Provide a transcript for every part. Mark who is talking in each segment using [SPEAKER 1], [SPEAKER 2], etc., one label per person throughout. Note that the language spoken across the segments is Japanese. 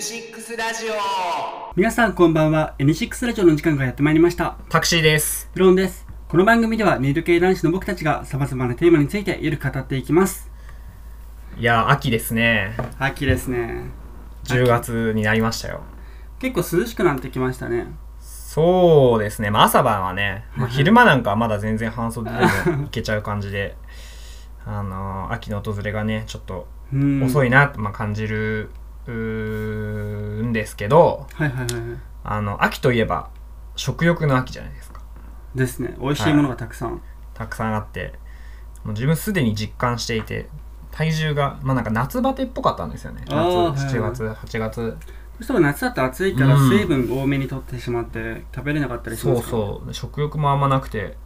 [SPEAKER 1] ラジオ
[SPEAKER 2] 皆さんこんばんは N6 ラジオの時間がやってまいりました
[SPEAKER 1] タクシーです
[SPEAKER 2] フロンですこの番組ではネイル系男子の僕たちがさまざまなテーマについてゆるく語っていきます
[SPEAKER 1] いやー秋ですね
[SPEAKER 2] 秋ですね
[SPEAKER 1] 10月になりましたよ
[SPEAKER 2] 結構涼しくなってきましたね
[SPEAKER 1] そうですね、まあ、朝晩はね、まあ、昼間なんかはまだ全然半袖で もいけちゃう感じであのー秋の訪れがねちょっと
[SPEAKER 2] うん
[SPEAKER 1] 遅
[SPEAKER 2] い
[SPEAKER 1] いなって、まあ、感じるうーんですけど
[SPEAKER 2] はいはいはいは
[SPEAKER 1] あの秋といえば食欲の秋じゃないですか
[SPEAKER 2] いですね美味しいものがたくさん、
[SPEAKER 1] たくさんあってもう自分すでに実感していて体重がまあなんか夏バテっぽかったんですよね夏
[SPEAKER 2] あー
[SPEAKER 1] 7
[SPEAKER 2] はいはい
[SPEAKER 1] 月8月
[SPEAKER 2] そしたら夏だと暑いから
[SPEAKER 1] うん
[SPEAKER 2] 水分多めに取ってしまって食べれなかったりしま
[SPEAKER 1] そう
[SPEAKER 2] すから
[SPEAKER 1] そう食欲もあんまなくて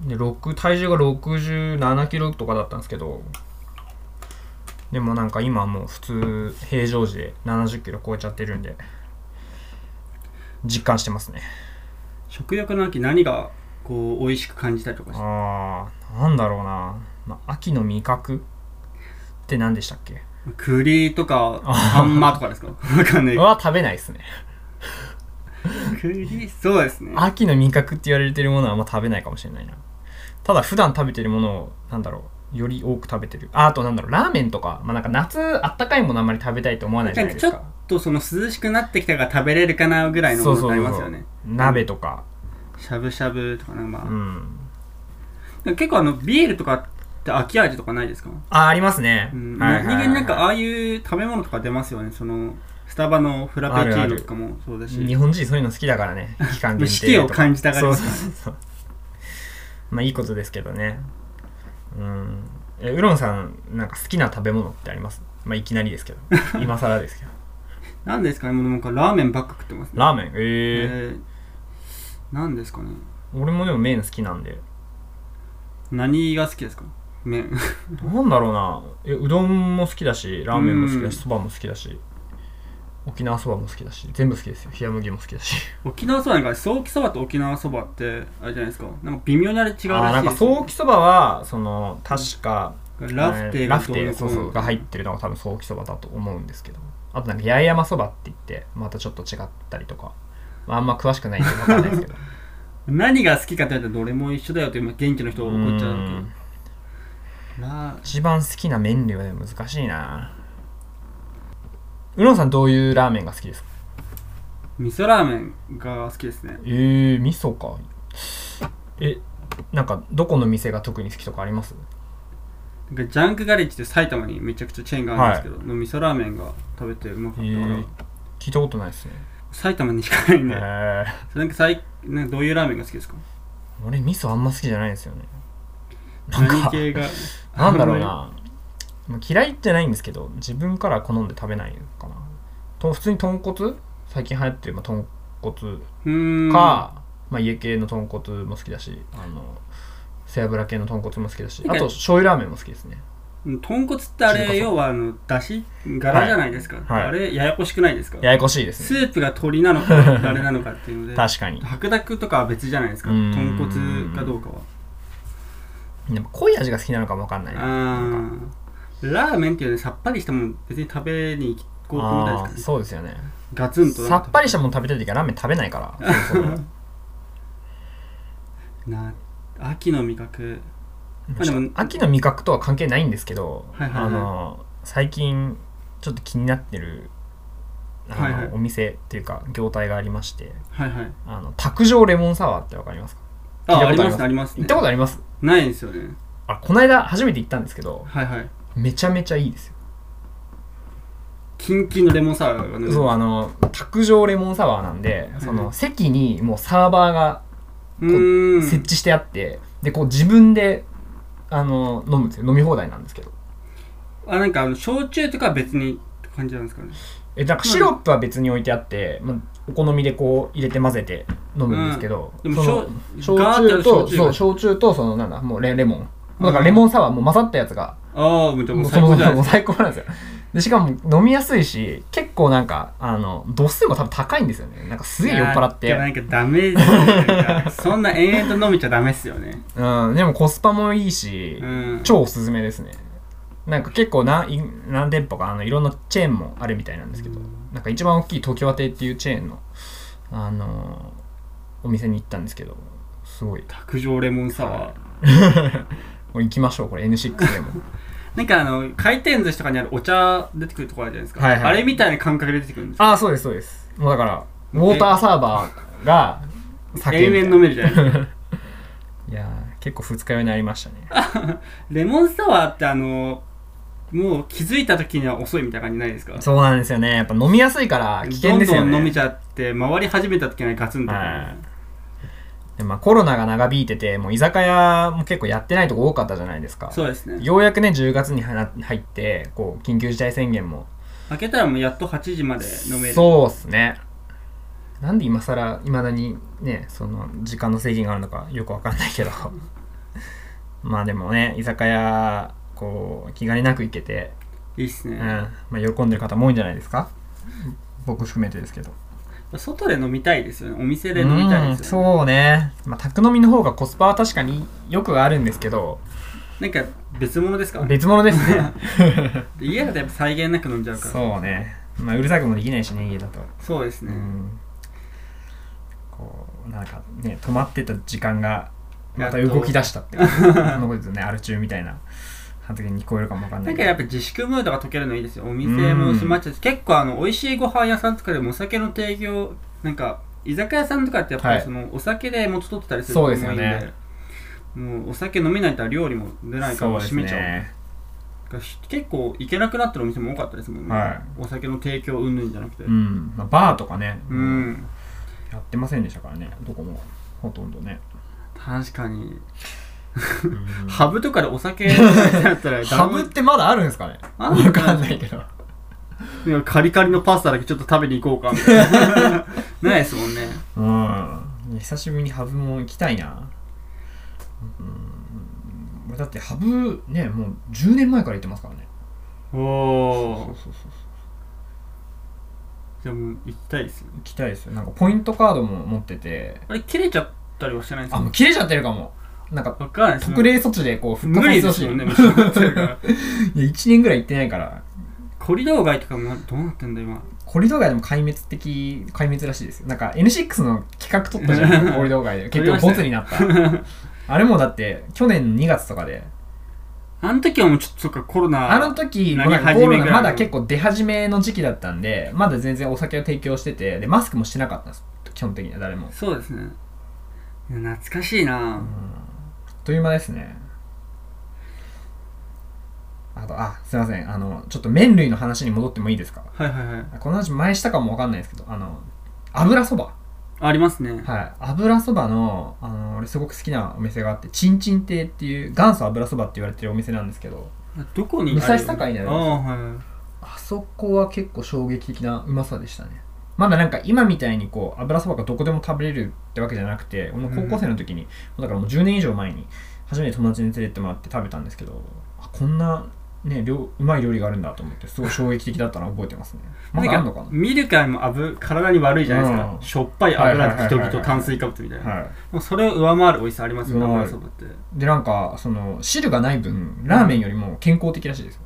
[SPEAKER 1] で6体重が6 7キロとかだったんですけどでもなんか今はもう普通平常時で7 0キロ超えちゃってるんで実感してますね
[SPEAKER 2] 食欲の秋何がこう美味しく感じたりとかして
[SPEAKER 1] あーなんだろうな、まあ、秋の味覚って何でしたっけ
[SPEAKER 2] 栗とか
[SPEAKER 1] あ
[SPEAKER 2] ハンマとか ですかわかんないけど
[SPEAKER 1] は食べないですね
[SPEAKER 2] 栗そうですね
[SPEAKER 1] 秋の味覚って言われてるものはあんま食べないかもしれないなただ普段食べてるものをなんだろうより多く食べてるああとなんだろうラーメンとか,、まあ、なんか夏あったかいものあんまり食べたいと思わないじゃないで
[SPEAKER 2] ちょ
[SPEAKER 1] す
[SPEAKER 2] っ
[SPEAKER 1] か
[SPEAKER 2] とその涼しくなってきたから食べれるかなぐらいのものになりますよね
[SPEAKER 1] 鍋とか、
[SPEAKER 2] しゃぶしゃぶとかなんかま
[SPEAKER 1] うん、
[SPEAKER 2] あ結構あのビールとかって秋味とかないですか、
[SPEAKER 1] あありますね、
[SPEAKER 2] うん
[SPEAKER 1] はいはいはい
[SPEAKER 2] 人間なんかああいう食べ物とか出ますよねそのスタバのフラペチーノとかもそうだし
[SPEAKER 1] 日本人そういうの好きだから ね期間限定
[SPEAKER 2] 四季を感じたがり
[SPEAKER 1] そ
[SPEAKER 2] ま
[SPEAKER 1] う
[SPEAKER 2] すから
[SPEAKER 1] そうそうそうまあいいことですけどねうんえウロンさんなんか好きな食べ物ってありますまあいきなりです けど今更ですけど
[SPEAKER 2] なんですかねもうなんかラーメンばっか食ってますね
[SPEAKER 1] ラーメンええ
[SPEAKER 2] えーなんですかね
[SPEAKER 1] 俺もでも麺好きなんで
[SPEAKER 2] 何が好きですか麺
[SPEAKER 1] なんだろうなえうどんも好きだしラーメンも好きだし
[SPEAKER 2] うん
[SPEAKER 1] そばも好きだし沖縄そばも好きだし全部好きですよ冷麦も好きだし
[SPEAKER 2] 沖縄そばなんかソーキそばと沖縄そばってあれじゃないですかなんか微妙にあれ違うらしいです
[SPEAKER 1] あーなんかソーキそばはその確か、
[SPEAKER 2] ラフテー
[SPEAKER 1] えー
[SPEAKER 2] が
[SPEAKER 1] ラフテーそうそうが入っててるのが多分ソーキそばだと思うんですけどあとなんか八重山そばって言ってまたちょっと違ったりとか、まあ、あんま詳しくないんで分かんない ですけど
[SPEAKER 2] 何が好きかと言ったらどれも一緒だよって今現地の人が怒っちゃう
[SPEAKER 1] う
[SPEAKER 2] け
[SPEAKER 1] ん
[SPEAKER 2] どな
[SPEAKER 1] 一番好きな麺類はでも難しいなうのさんどういうラーメンが好きですか
[SPEAKER 2] 味噌ラーメンが好きですね
[SPEAKER 1] えー、味噌かえなんかどこの店が特に好きとかあります
[SPEAKER 2] なんかジャンクガレッジって埼玉にめちゃくちゃチェーンがあるんですけど、の味噌ラーメンが食べてうまか
[SPEAKER 1] え
[SPEAKER 2] ったから、
[SPEAKER 1] ー、聞いたことないですね
[SPEAKER 2] 埼玉にしかないん
[SPEAKER 1] え
[SPEAKER 2] で、
[SPEAKER 1] ー、
[SPEAKER 2] それなんかさいなんかどういうラーメンが好きですか
[SPEAKER 1] 俺味噌あんま好きじゃないんですよねなん
[SPEAKER 2] 何
[SPEAKER 1] か
[SPEAKER 2] 系が
[SPEAKER 1] なんだろう
[SPEAKER 2] あ
[SPEAKER 1] なまあ嫌いじゃないんですけど自分から好んで食べないかなと普通に豚骨最近流行ってる、まあ、豚骨
[SPEAKER 2] うーん
[SPEAKER 1] か、まあ、家系の豚骨も好きだしあの背脂系の豚骨も好きだしあと醤油ラーメンも好きですね
[SPEAKER 2] 豚骨ってあ
[SPEAKER 1] 中華そば
[SPEAKER 2] れ要はあのだし柄じゃないですか、
[SPEAKER 1] はい
[SPEAKER 2] あれややこしくないですか
[SPEAKER 1] ややこしいです
[SPEAKER 2] ス
[SPEAKER 1] ね
[SPEAKER 2] ープが鶏なのかあれなのかっていうので
[SPEAKER 1] 確かに
[SPEAKER 2] 白濁とかは別じゃないですか
[SPEAKER 1] うん
[SPEAKER 2] 豚骨かどうかは
[SPEAKER 1] でも濃い味が好きなのかもわかんないな
[SPEAKER 2] あーラーメンっていうねさっぱりしたもん別に食べに行こうと思ったんで
[SPEAKER 1] あー
[SPEAKER 2] すかね
[SPEAKER 1] そうですよね
[SPEAKER 2] ガツンと
[SPEAKER 1] さっぱり
[SPEAKER 2] し
[SPEAKER 1] したもの食べたい時はラーメン食べないからそうそう
[SPEAKER 2] な秋の味覚
[SPEAKER 1] まあでも秋の味覚とは関係ないんですけど、
[SPEAKER 2] はいはいはい
[SPEAKER 1] あの最近ちょっと気になってるあの、
[SPEAKER 2] はいはい
[SPEAKER 1] お店っていうか業態がありまして
[SPEAKER 2] はいはい
[SPEAKER 1] あの卓上レモンサワーってわかりますか聞い
[SPEAKER 2] あ
[SPEAKER 1] た
[SPEAKER 2] あ
[SPEAKER 1] こ
[SPEAKER 2] り
[SPEAKER 1] とあ
[SPEAKER 2] ま
[SPEAKER 1] ります
[SPEAKER 2] すねあります
[SPEAKER 1] 行っ
[SPEAKER 2] ね
[SPEAKER 1] たことあります
[SPEAKER 2] ないんですよね
[SPEAKER 1] あこの間初めて行ったんですけど
[SPEAKER 2] はいはい
[SPEAKER 1] めちゃめちゃいいですよ、
[SPEAKER 2] キンキンのレモンサワーがね
[SPEAKER 1] そうあの卓上レモンサワーなんでその、
[SPEAKER 2] うん
[SPEAKER 1] 席にもうサーバーが
[SPEAKER 2] うーん
[SPEAKER 1] 設置してあって、でこう自分であの飲むんですよ飲み放題なんですけど
[SPEAKER 2] あなんかあの焼酎とかは別にって感じなんですかね
[SPEAKER 1] えなんかシロップは別に置いてあって、まあ、お好みでこう入れて混ぜて飲むんですけど、
[SPEAKER 2] でも
[SPEAKER 1] その
[SPEAKER 2] しょ
[SPEAKER 1] 焼酎
[SPEAKER 2] ガーッ
[SPEAKER 1] と
[SPEAKER 2] てやる焼酎
[SPEAKER 1] そう
[SPEAKER 2] が
[SPEAKER 1] 焼酎とそのなんだもうレレモン
[SPEAKER 2] うん
[SPEAKER 1] だからレモンサワーもう混ざったやつが
[SPEAKER 2] ああもうで
[SPEAKER 1] も
[SPEAKER 2] も
[SPEAKER 1] う
[SPEAKER 2] 最
[SPEAKER 1] そ
[SPEAKER 2] 高
[SPEAKER 1] もそ
[SPEAKER 2] じ
[SPEAKER 1] も
[SPEAKER 2] ゃない
[SPEAKER 1] も
[SPEAKER 2] で
[SPEAKER 1] う
[SPEAKER 2] すか
[SPEAKER 1] 最高なんですよでしかも飲みやすいし結構なんかあの度数も多分高いんですよねなんかすげえ酔っ払っ
[SPEAKER 2] い
[SPEAKER 1] て
[SPEAKER 2] やなんかダメですよなんかそんな延々と飲めちゃダメっすよね
[SPEAKER 1] うんでもコスパもいいし、
[SPEAKER 2] うん
[SPEAKER 1] 超おすすめですねなんか結構ない何店舗かあのいろんなチェーンもあるみたいなんですけど、なんか一番大きい常盤亭っていうチェーンの、あのーお店に行ったんですけどすごい
[SPEAKER 2] 卓上レモンサワー。
[SPEAKER 1] これ行きましょうこれ N6 でも
[SPEAKER 2] なんかあの、回転寿司とかにあるお茶出てくるとこあるじゃないですか。
[SPEAKER 1] はいはい
[SPEAKER 2] あれみたいな感覚で出てくるんですよ。
[SPEAKER 1] ああそうですそうですもうだからウォーターサーバーが酒
[SPEAKER 2] 延々飲めるじゃないですか。
[SPEAKER 1] いやー結構二日酔いになりましたね
[SPEAKER 2] レモンサワーってあの、もう気づいた時には遅いみたいな感じないですか
[SPEAKER 1] そうなんですよねやっぱ飲みやすいから危険ですよね
[SPEAKER 2] どんどん飲めちゃって、回り始めた時にはガツンと、
[SPEAKER 1] はいでまあ、コロナが長引いててもう居酒屋も結構やってないとこ多かったじゃないですか
[SPEAKER 2] そうですね。
[SPEAKER 1] ようやくね10月にはな入ってこう緊急事態宣言も
[SPEAKER 2] 開けたらもうやっと8時まで飲める。
[SPEAKER 1] そうっすねなんで今更いまだにねその時間の制限があるのかよくわかんないけど まあでもね居酒屋こう気兼ねなく行けて、
[SPEAKER 2] いいっす
[SPEAKER 1] うん
[SPEAKER 2] ね、
[SPEAKER 1] まあ、喜んでる方も多いんじゃないですか僕含めてですけど
[SPEAKER 2] 外で飲みたいですよね。お店で飲みたいですよね。
[SPEAKER 1] うんそうね、まあ、宅飲みの方がコスパは確かによくあるんですけど
[SPEAKER 2] なんか別物ですからね。
[SPEAKER 1] 別物ですね
[SPEAKER 2] 家だとやっぱ際 限なく飲んじゃうから。
[SPEAKER 1] そうね、まあ、うるさくもできないしね家だと
[SPEAKER 2] そうですね。
[SPEAKER 1] うんこうなんかね止まってた時間がまた
[SPEAKER 2] やっと
[SPEAKER 1] 動き出したっていうそ んなことですよねアル中みたいな発言に聞こえるかもわかんな
[SPEAKER 2] ないん
[SPEAKER 1] け
[SPEAKER 2] か
[SPEAKER 1] ど
[SPEAKER 2] やっぱ自粛ムードが解けるのいいですよ。お店も閉まっちゃうし、結構あの、美味しいご飯屋さんとかでもお酒の提供、なんか、居酒屋さんとかってやっぱ
[SPEAKER 1] は
[SPEAKER 2] り
[SPEAKER 1] い
[SPEAKER 2] その、お酒で元取ってたりすると
[SPEAKER 1] そう
[SPEAKER 2] 思う
[SPEAKER 1] で
[SPEAKER 2] ん
[SPEAKER 1] す
[SPEAKER 2] で、
[SPEAKER 1] よね
[SPEAKER 2] もうお酒飲めないと料理も出ないから
[SPEAKER 1] そうです
[SPEAKER 2] 閉めちゃう。
[SPEAKER 1] ね
[SPEAKER 2] だから結構行けなくなってるお店も多かったですもんね。
[SPEAKER 1] はい
[SPEAKER 2] お酒の提供うんぬんじゃなくて。
[SPEAKER 1] う。ん、まあ、バーとかね、
[SPEAKER 2] うん、
[SPEAKER 1] やってませんでしたからねどこもほとんどね、
[SPEAKER 2] 確かに。
[SPEAKER 1] うん
[SPEAKER 2] ハブとかでお酒だったら
[SPEAKER 1] ハブってまだあるんですかね
[SPEAKER 2] あ
[SPEAKER 1] わかんないけど
[SPEAKER 2] いやカリカリのパスタだけちょっと食べに行こうかみたい なないですもんね
[SPEAKER 1] うん久しぶりにハブも行きたいなうんだってハブねもう10年前から行ってますからね
[SPEAKER 2] お
[SPEAKER 1] そ
[SPEAKER 2] お
[SPEAKER 1] うそうそう
[SPEAKER 2] じゃあもう行きたいですよ
[SPEAKER 1] 行きたいですよなんかポイントカードも持ってて
[SPEAKER 2] あれ切れちゃったりはしてないんです
[SPEAKER 1] あ
[SPEAKER 2] か
[SPEAKER 1] もう切れちゃってるかもなんか
[SPEAKER 2] わかんないです
[SPEAKER 1] 特例措置でこう復
[SPEAKER 2] 無
[SPEAKER 1] 活
[SPEAKER 2] 理
[SPEAKER 1] さ
[SPEAKER 2] で
[SPEAKER 1] せ
[SPEAKER 2] す
[SPEAKER 1] てほ
[SPEAKER 2] よ
[SPEAKER 1] しい
[SPEAKER 2] ね無 理ですよね
[SPEAKER 1] いや1年ぐらい行ってないから
[SPEAKER 2] コリドー街とかもどうなってんだ今
[SPEAKER 1] コリドー街でも壊滅的壊滅らしいですよなんか N6 の企画撮った じゃんコリドー街で結局ボツになったあれもだって去年の2月とかで
[SPEAKER 2] あの時はもうちょっとそっかコロナ
[SPEAKER 1] あの時
[SPEAKER 2] なり
[SPEAKER 1] なんか
[SPEAKER 2] 始
[SPEAKER 1] コ
[SPEAKER 2] めぐらい
[SPEAKER 1] ロナまだ結構出始めの時期だったんでまだ全然お酒を提供しててでマスクもしてなかったんです基本的には誰も
[SPEAKER 2] そうですねいや懐かしいな、
[SPEAKER 1] あっという間ですねあとあすいませんあのちょっと麺類の話に戻ってもいいですか
[SPEAKER 2] はいはいはい
[SPEAKER 1] この話前したかもわかんないですけどあの油そば
[SPEAKER 2] ありますね、
[SPEAKER 1] はい油そばのあの俺すごく好きなお店があってちんちん亭っていう元祖油そばって言われてるお店なんですけど
[SPEAKER 2] どこに
[SPEAKER 1] 武蔵境にあるんですよ
[SPEAKER 2] ああはい
[SPEAKER 1] あそこは結構衝撃的なうまさでしたねまだなんか今みたいにこう油そばがどこでも食べれるってわけじゃなくて俺も高校生の時に、だからもう10年以上前に初めて友達に連れてってもらって食べたんですけどあこんなね料うまい料理があるんだと思ってすごい衝撃的だったのを覚えてますねまだあるのかな
[SPEAKER 2] 見るからにも油体に悪いじゃないですか、
[SPEAKER 1] うん
[SPEAKER 2] しょっぱい油ギトギ
[SPEAKER 1] はいはいはいは
[SPEAKER 2] ト
[SPEAKER 1] い
[SPEAKER 2] 炭水化物みたいな、
[SPEAKER 1] は
[SPEAKER 2] もうそれを上回る美味しさありますよね
[SPEAKER 1] 上回
[SPEAKER 2] 油
[SPEAKER 1] る
[SPEAKER 2] そばって
[SPEAKER 1] いでなんかその汁がない分ラーメンよりも健康的らしいですよ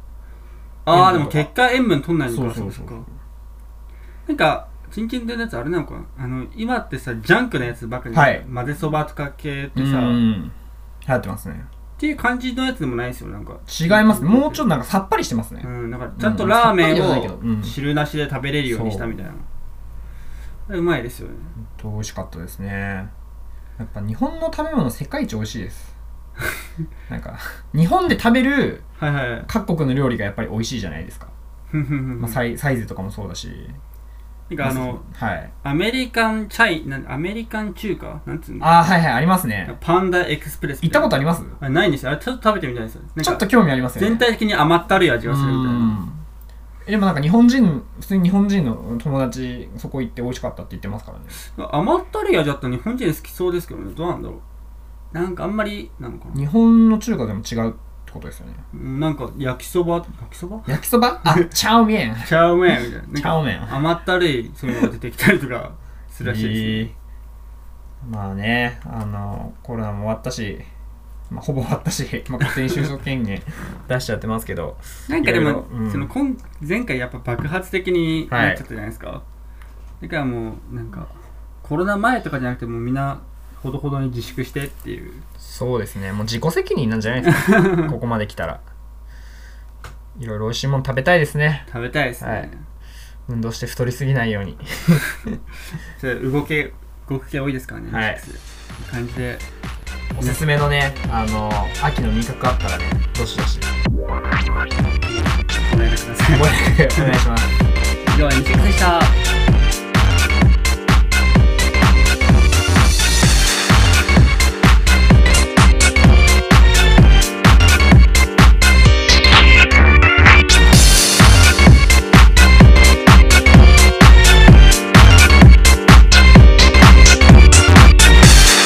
[SPEAKER 2] ああで
[SPEAKER 1] 塩
[SPEAKER 2] も
[SPEAKER 1] 分とか
[SPEAKER 2] 結果塩分取んないのか
[SPEAKER 1] そうそうそう
[SPEAKER 2] っかなんかチンチンでのやつあれなのかなあの今ってさジャンクなやつばっかり、
[SPEAKER 1] はい
[SPEAKER 2] 混ぜそばとか系って
[SPEAKER 1] う
[SPEAKER 2] さ、っ
[SPEAKER 1] ん流行ってますね
[SPEAKER 2] ていう感じのやつでもないですよなんか
[SPEAKER 1] 違いますねもうちょっとなんかさっぱりしてますね、
[SPEAKER 2] うんなんかちゃんとラーメ
[SPEAKER 1] うん
[SPEAKER 2] ン
[SPEAKER 1] さっぱりじゃないけどう
[SPEAKER 2] を
[SPEAKER 1] ん
[SPEAKER 2] 汁なしで食べれるようにしたみたいな、あれうまいですよね
[SPEAKER 1] ほんと美味しかったですねやっぱ日本の食べ物世界一美味しいです なんか日本で食べる
[SPEAKER 2] はいはいはい
[SPEAKER 1] 各国の料理がやっぱり美味しいじゃないですか、
[SPEAKER 2] ふんふんふん
[SPEAKER 1] まあ、
[SPEAKER 2] ふん
[SPEAKER 1] サイサイズとかもそうだし
[SPEAKER 2] なんかあの
[SPEAKER 1] はい
[SPEAKER 2] アメリカンチャイ、なんアメリカン中華なんつうの
[SPEAKER 1] ああはいはいありますね
[SPEAKER 2] パンダエクスプレス
[SPEAKER 1] 行ったこととあります
[SPEAKER 2] あれないんですよ。あれちょっと食べてみたいですよ。なん
[SPEAKER 1] ちょ
[SPEAKER 2] か
[SPEAKER 1] っと興味ありますよね
[SPEAKER 2] 全体的に甘ったるい味がするみたいな。
[SPEAKER 1] うんえでもなんか日本人普通に日本人の友達そこ行って美味しかったって言ってますからね
[SPEAKER 2] 甘ったるい味だったら日本人好きそうですけどね。どうなんだろう。なんかあんまり、なのかな。
[SPEAKER 1] 日本の中華でも違うってことですよね
[SPEAKER 2] うんなんか焼きそば、焼きそば
[SPEAKER 1] 焼きそば あチャオミエン
[SPEAKER 2] チャーメンみ たいな。なん
[SPEAKER 1] チャオ
[SPEAKER 2] か
[SPEAKER 1] メン
[SPEAKER 2] 甘ったるいそういうのが出てきたりとかするらしいですね。
[SPEAKER 1] まあねあのコロナも終わったしまあ、ほぼ終わったし、まあ、勝手に就職権限出しちゃってますけど、
[SPEAKER 2] なんかで
[SPEAKER 1] いろ
[SPEAKER 2] も
[SPEAKER 1] いろうん
[SPEAKER 2] その今前回やっぱ爆発的になっちゃったじゃないですか、だからもうなんかコロナ前とかじゃなくてもうみんなほどほどに自粛してっていう
[SPEAKER 1] そうですね、もう自己責任なんじゃないですか、ここまで来たら。いろいろ美味しいもの食べたいですね。
[SPEAKER 2] 食べたいですね、
[SPEAKER 1] はい運動して太りすぎないように。
[SPEAKER 2] それ動き動きが多いですからね
[SPEAKER 1] はい
[SPEAKER 2] 感じで
[SPEAKER 1] おすすめのね、あの秋の味覚あったらね、どしどし、
[SPEAKER 2] お願いください
[SPEAKER 1] ご連絡お願いします。
[SPEAKER 2] 以上西口でした